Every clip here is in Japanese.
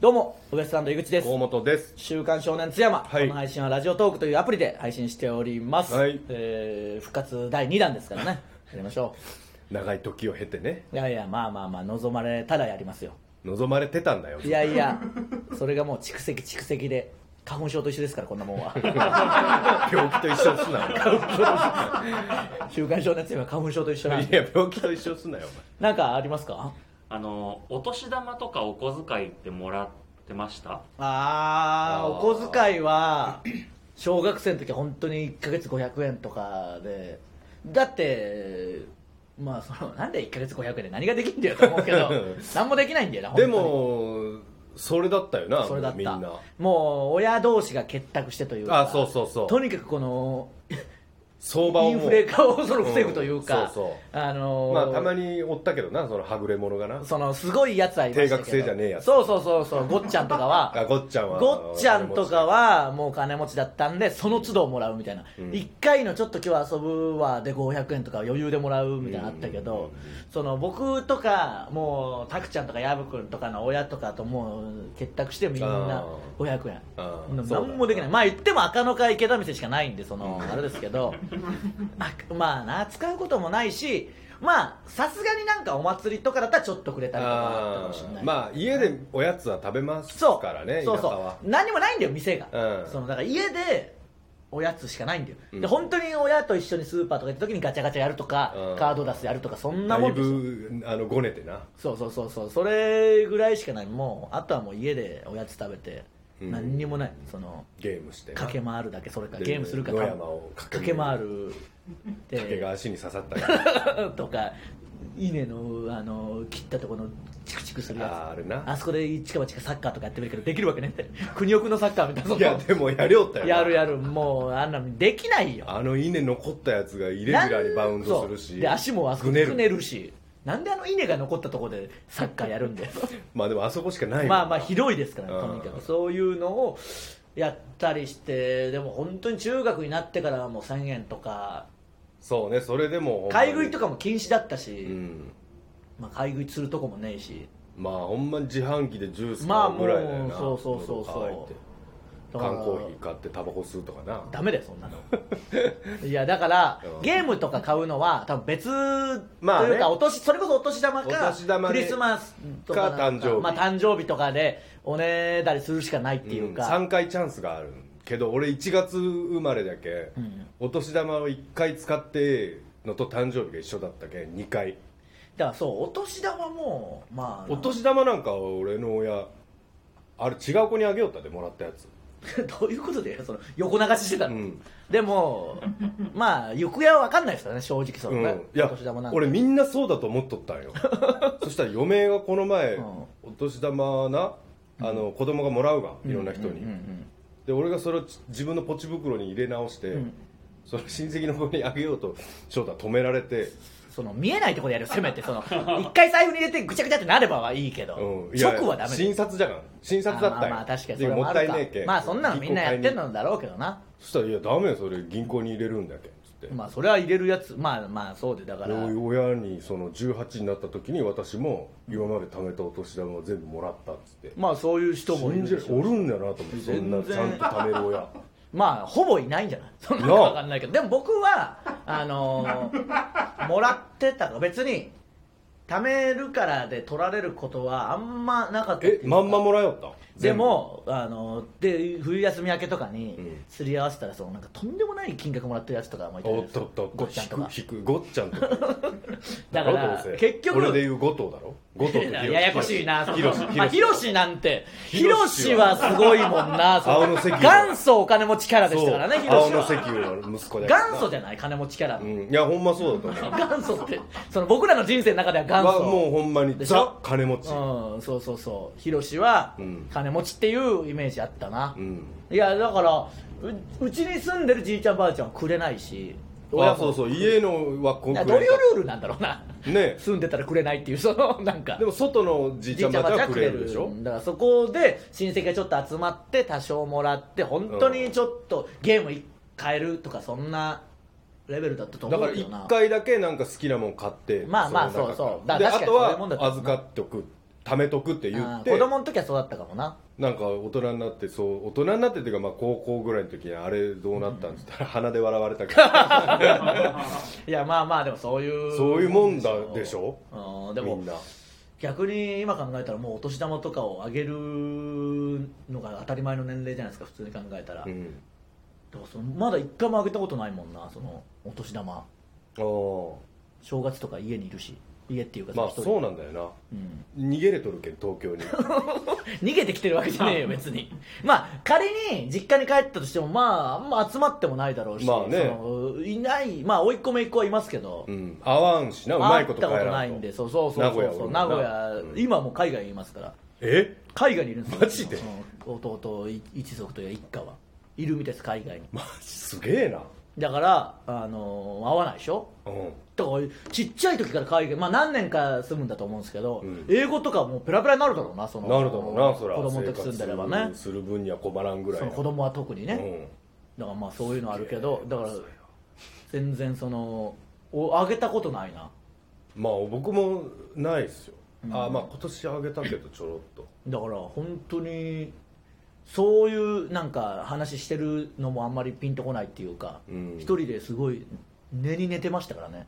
どうもウエストランド井口です河本です週刊少年津山、はいこの配信はラジオトークというアプリで配信しております、はいえー復活第2弾です からねやりましょ長い時を経てねういやいやまあまあまあ望まれたらやりますよ望まれてたんだよいやいやそれがもう蓄積蓄積で花粉症と一緒ですからこんなもん は病気と一緒に すなよ週刊少年津山は花粉症と一緒なんいでや病気と一緒にすなよなんかありますかあのお年玉とかお小遣いってもらってましたあーあーお小遣いは小学生の時は本当に1ヶ月500円とかでだってまあそのなんで1ヶ月500円で何ができんだよと思うけ ど何もできないんだよなお本当前でにもそれだったよなそれだったみんなもう親同士が結託してというかあそうそうそうとにかくこの相場をイもンうフレ化をその防ぐというか、うんそうそうあのーまあたまにおったけどなそのはぐれ者がなそのすごいやつはいましたけど定額制じゃねえやつそうそうそうそうごっちゃんとかは あごっちゃんはごっちゃんとかはもう金持ちだったんでその都度もらうみたいな、うん1回のちょっと今日遊ぶわで500円とか余裕でもらうみたいなのあったけうんうんうど、んその僕とかもうたくちゃんとかやぶくんとかの親とかともう結託してみんな500円あーそうだ何もできないまあ言っても赤の会池田店しかないんでそのうんあれですけどあまあな使うこともないしまあさすがになんかお祭りとかだったらちょっとくれたりとかあったかもしれないまあ家でおやつは食べますそうからねそう田舎はそう何もないんだよ店が、うんそのだから家でおやつしかないんだよ、うんで本当に親と一緒にスーパーとか行った時にガチャガチャやるとか、うんカード出すやるとかそんなだもいんですよぶあのごねてなそうそうそうそうそれぐらいしかないもうあとはもう家でおやつ食べて、うん何にもないそのゲームしてな駆け回るだけそれかでゲームするか野山を駆け回るで竹が足に刺さっ たからとか稲のあの切ったところのチクチクするやつあーあれなそこで一か八かサッカーとかやってみるけどできるわけねって国奥のサッカーみたいないやでもやりょったよなやるやるもうあんなできないよあの稲残ったやつがイレギュラーにバウンドするそしうで足もあそこぐでねくるねるしなんであの稲が残ったところでサッカーやるんだよまあでもあそこしかないもんなまあまあ広いですからねとにかうんくそういうのをやったりしてでも本当に中学になってからはもう1000円とかそうねそれでも買い食いとかかも禁止だったし、うんまあ、買い食いするとこもねえしまあほんまに自販機でジュースまあも買ううぐらいだよなそうそうそうそう喉乾いてだから缶コーヒー買ってタバコ吸うとかなダメだよそん なのいやだからうんゲームとか買うのは多分別、まあねというかお年それこそお年玉かお年玉クでリスマスとかか誕生日まあ、誕生日とかでおねだりするしかないっていうか、 3回チャンスがあるけど俺1月生まれだけ、うんお年玉を1回使ってのと誕生日が一緒だったけん2回だからそうお年玉もまあお年玉なんか俺の親あれ違う子にあげよったでもらったやつ どういうことでその横流ししてたの、うんでもまあ行方は分かんないですからね正直そのね、うん、いやお年玉なんて俺みんなそうだと思っと ったんよそしたら嫁がこの前、うんお年玉なあの子供がもらうがいろんな人に、うんうんうんで俺がそれをち自分のポチ袋に入れ直して、うんその親戚の子にあげようと翔太は止められて、その見えないところでやるよせめてその一回財布に入れてぐちゃぐちゃってなればはいいけど、うん、いや直はダメだよ診察じゃん診察だったんあよまあまあ確かにそでれももっあたるいかねえけまあそんなのみんなやってん銀行買いにのだろうけどなそしたら「いやダメよそれ銀行に入れるんだけ」っつって、まあそれは入れるやつまあまあそうでだからで親にその18になった時に私も今まで貯めたお年玉を全部もらったっつってまあそういう人もい信るじでるしおょるんだなと思ってそんなちゃんと貯める親まあほぼいないんじゃ ないそんななのわかんないけどでも僕はあのーもらってたから別に貯めるからで取られることはあんまなかったっていえうかまんまもらえよったでもあので冬休み明けとかにうんすり合わせたらそのなんかとんでもない金額もらってるやつとかもい全た部りおっとっとっとごっちゃんとか引く引くごっちゃんとかだかろどらうせ結局俺で言う五島だろ五島とやヒロシやこしいな、ヒロシまあヒロシなんて、ヒヒロロシシははすごいもん な、そ青の関の元祖お金持ちキャラでしたからね、ヒロ青シの石は。油の息子だからな元祖じゃない、金持ちキャラの。うんいやほんまそうだと思う元祖って、その僕らの人生の中では元は祖。もうほんまにでしザょ金持ちうん、そうそうそう、ヒロシはうん金持ちっていうイメージあったな。うんいや、だからう、うちに住んでるじいちゃんばあちゃんはくれないし、親あもそうそう家のはいこんやくどうらいいうかルールなんだろうな、ね住んでたらくれないっていう、そ のなんか。でも外のじいちゃんまではくれるでしょだからそこで親戚がちょっと集まって多少もらって本当にちょっとゲーム変えるとかそんなレベルだったとだ思うからけどな1回だけなんか好きなもん買ってまあまあの中そうそうだでからあ確かにそういとうもんだはと思う預かっておく貯めとくって言あっーて子供の時はそうだったかもななんか大人になってそう大人になってっていうかまあ高校ぐらいの時にあれどうなったんですったら鼻で笑われたからいやまあまあでもそういうそういうもんだでしょうん でみもんな逆に今考えたらもうお年玉とかをあげるのが当たり前の年齢じゃないですか普通に考えたら、うんでもそのまだ一回もあげたことないもんなそのお年玉あー正月とか家にいるし家っていうかまあ一人そうなんだようんな逃げれとるけん東京に逃げてきてるわけじゃねえよ別にまあ仮に実家に帰ったとしてもまああんま集まってもないだろうし、まあねそのいないまあ甥っ子姪っ子はいますけど、うん合わん しなうま会いっことた帰ことらないんんとでそうそうそうそうそう名名古古屋屋おるもんなうん今もう海外にいますからえ海外にいるんですよマジでその弟い一族という一家はいるみたいです海外にマジすげえなだからあの会わないでしょうんだからちっちゃい時から海外、まあ、何年か住むんだと思うんですけど、うん英語とかもうペラペラになるだろうなそのなるだろうなそら子供の時住んでれば生ね活する分には困らんぐらいその子供は特にね、うんだからまあそういうのあるけどだから全然そのおあげたことないなまあ僕もないですよ、うんあまあ今年あげたけどちょろっとだから本当にそういうなんか話してるのもあんまりピンとこないっていうか、うん一人ですごい寝に寝てましたから ね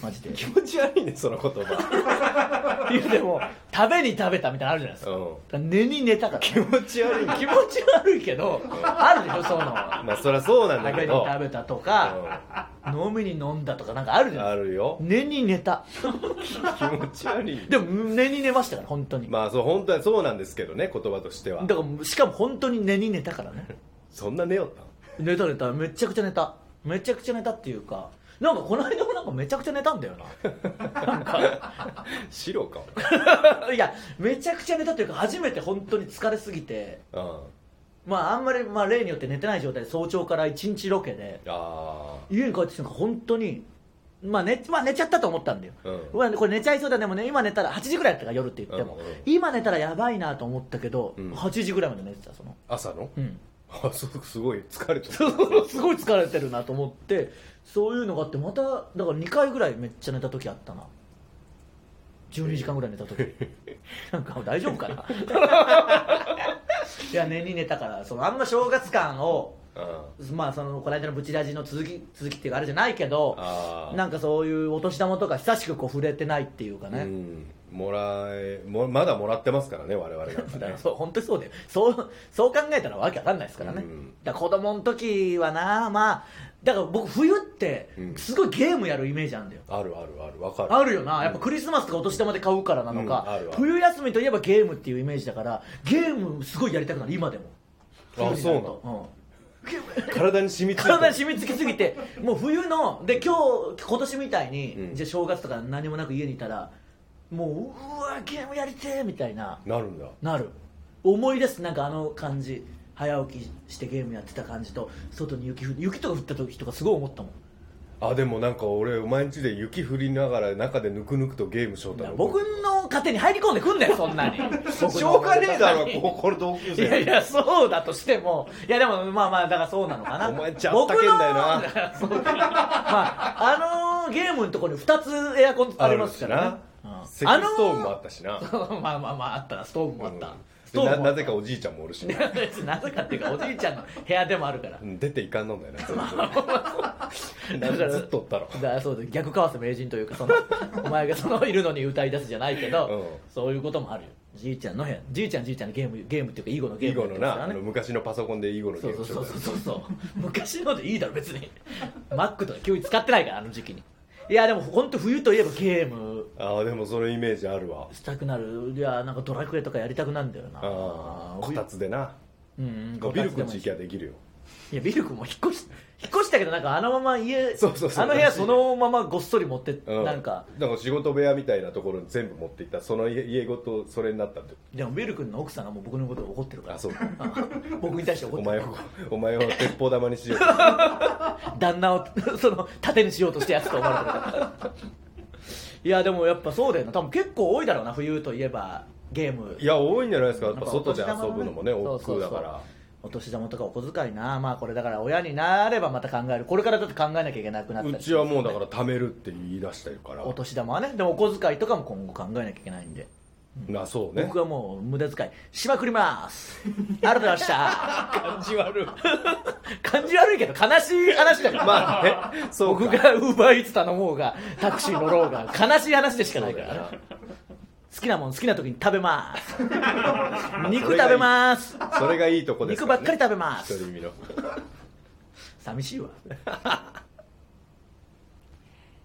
マジでい気持ち悪いねその言葉やでも食べに食べたみたいなのあるじゃないですか,、 うん寝に寝たから、気持ち悪い気持ち悪いけどあるでしょそういうのはまあそりゃそうなんだ食けべどに食べたとか、飲みに飲んだとかなんかあるじゃなあいですかる よ寝に寝た気持ち悪いでも寝に寝ましたから本当に、まあそう本当はそうなんですけどね言葉としてはだからしかも本当に寝に寝たからねそんな寝よったん寝た寝ためちゃくちゃ寝ためちゃくちゃ寝たっていうかなんかこの間もなんかめちゃくちゃ寝たんだよななんか白か いやめちゃくちゃ寝たというか初めて本当に疲れすぎてうんあまああんまり、まあ、例によって寝てない状態で早朝から一日ロケであ家に帰ってきたのが本当にまあ寝まあ、寝ちゃったと思ったんだよ、うんうわこれ寝ちゃいそうだねでもね今寝たら8時ぐらいだったから夜って言っても、うんうん今寝たらやばいなと思ったけど、うん8時ぐらいまで寝てたその朝の、うんあそうすごい疲れてそるう すごい疲れてるなと思ってそういうのがあってまただから2回ぐらいめっちゃ寝た時あったな12時間ぐらい寝た 時なんか大丈夫かないや寝に寝たからそのあんま正月感をうんまあそのこの間のブチラジの続き続きっていうかあれじゃないけどあーなんかそういうお年玉とか久しくこう触れてないっていうかね、うんもらえもまだもらってますからね我々なんか だかねらそう本当にそうだよそうそう考えたらわけわかんないですからね、うんだから子供の時はなまあだから僕冬ってうんすごいゲームやるイメージあるんだよ、あるあるあるわかるあるよなやっぱクリスマスとかお年玉で買うからなのうんあか、るある冬休みといえばゲームっていうイメージだからゲームすごいやりたくなる今でもあそうなのの、うんゲーム体に染みついてる体に染み付きすぎてもう冬ので今日今年みたいに、うんじゃあ正月とか何もなく家にいたらもううわゲームやりてえみたいななるんだなる思い出すなんかあの感じ早起きしてゲームやってた感じと外に雪降雪とか降った時とかすごい思ったもんあでもなんか俺毎日で雪降りながら中でぬくぬくとゲームしよういたやの僕の家庭に入り込んでくんな よそんなにしょうがねえだろ 僕のここれ同級いや生いやそうだとしてもいやでもまあまあだからそうなのかなお前ちゃったけんだよな僕のそうまああのゲームのところに2つエアコンありますからねあるしうんな石ストーブもあったしな まあまあまああったなストーブもあった、うんスでトーブなもあなったぜかおじいちゃんもおるしいなや 別になぜかっていうかおじいちゃんの部屋でもあるからうん出ていかんのだよ な全然なんかずっとおったろだからそうです逆かわす名人というか そのお前がそのいるのに歌い出すじゃないけど、うそういうこともあるよじいちゃんの部屋じいちゃんじいちゃんのゲームゲームっていうか囲碁のゲ囲ーム碁やっのてますからなあねの昔のパソコンで囲碁のゲそーうそうムしそよううそうそうそう昔のでいいだろ別にマックとか急に使ってないからあの時期にいやでも本当冬といえばゲームああでもそのイメージあるわしたくなるいやなんかドラクエとかやりたくなるんだよなああこたつでなうんうんこビたルつで君もいいち行しきゃできるよいやビル君も引っ越し引っ越したけどなんかあのまま家 そうそうそうあの部屋そのままごっそり持って、うなんかだから仕事部屋みたいなところに全部持っていったその家家ごとそれになったってでもビル君の奥さんがもう僕のことを怒ってるからあそううん僕に対して怒おって前るをお前を鉄砲玉にしようと旦那をその盾にしようとしてやつと思われてるからいやでもやっぱそうだよな多分結構多いだろうな冬といえばゲームいや多いんじゃないですかやっなんぱか外で遊ぶのもねお億年玉劫ねだからお年玉とかお小遣いなまあこれだから親になればまた考えるこれからだって考えなきゃいけなくなったうりちはもうだから貯めるって言い出してるからお年玉はねでもお小遣いとかも今後考えなきゃいけないんであそうね僕はもう無駄遣いしまくり ますありがとうございました感じ悪い 感じ悪いけど悲しい話だから、まあねそう僕がウーバーイーツ頼もうがタクシー乗ろうが悲しい話でしかないから、そうだよ好きなもん好きな時に食べます肉食べますそれがいいとこです肉ばっかり食べます一人身の寂しいわ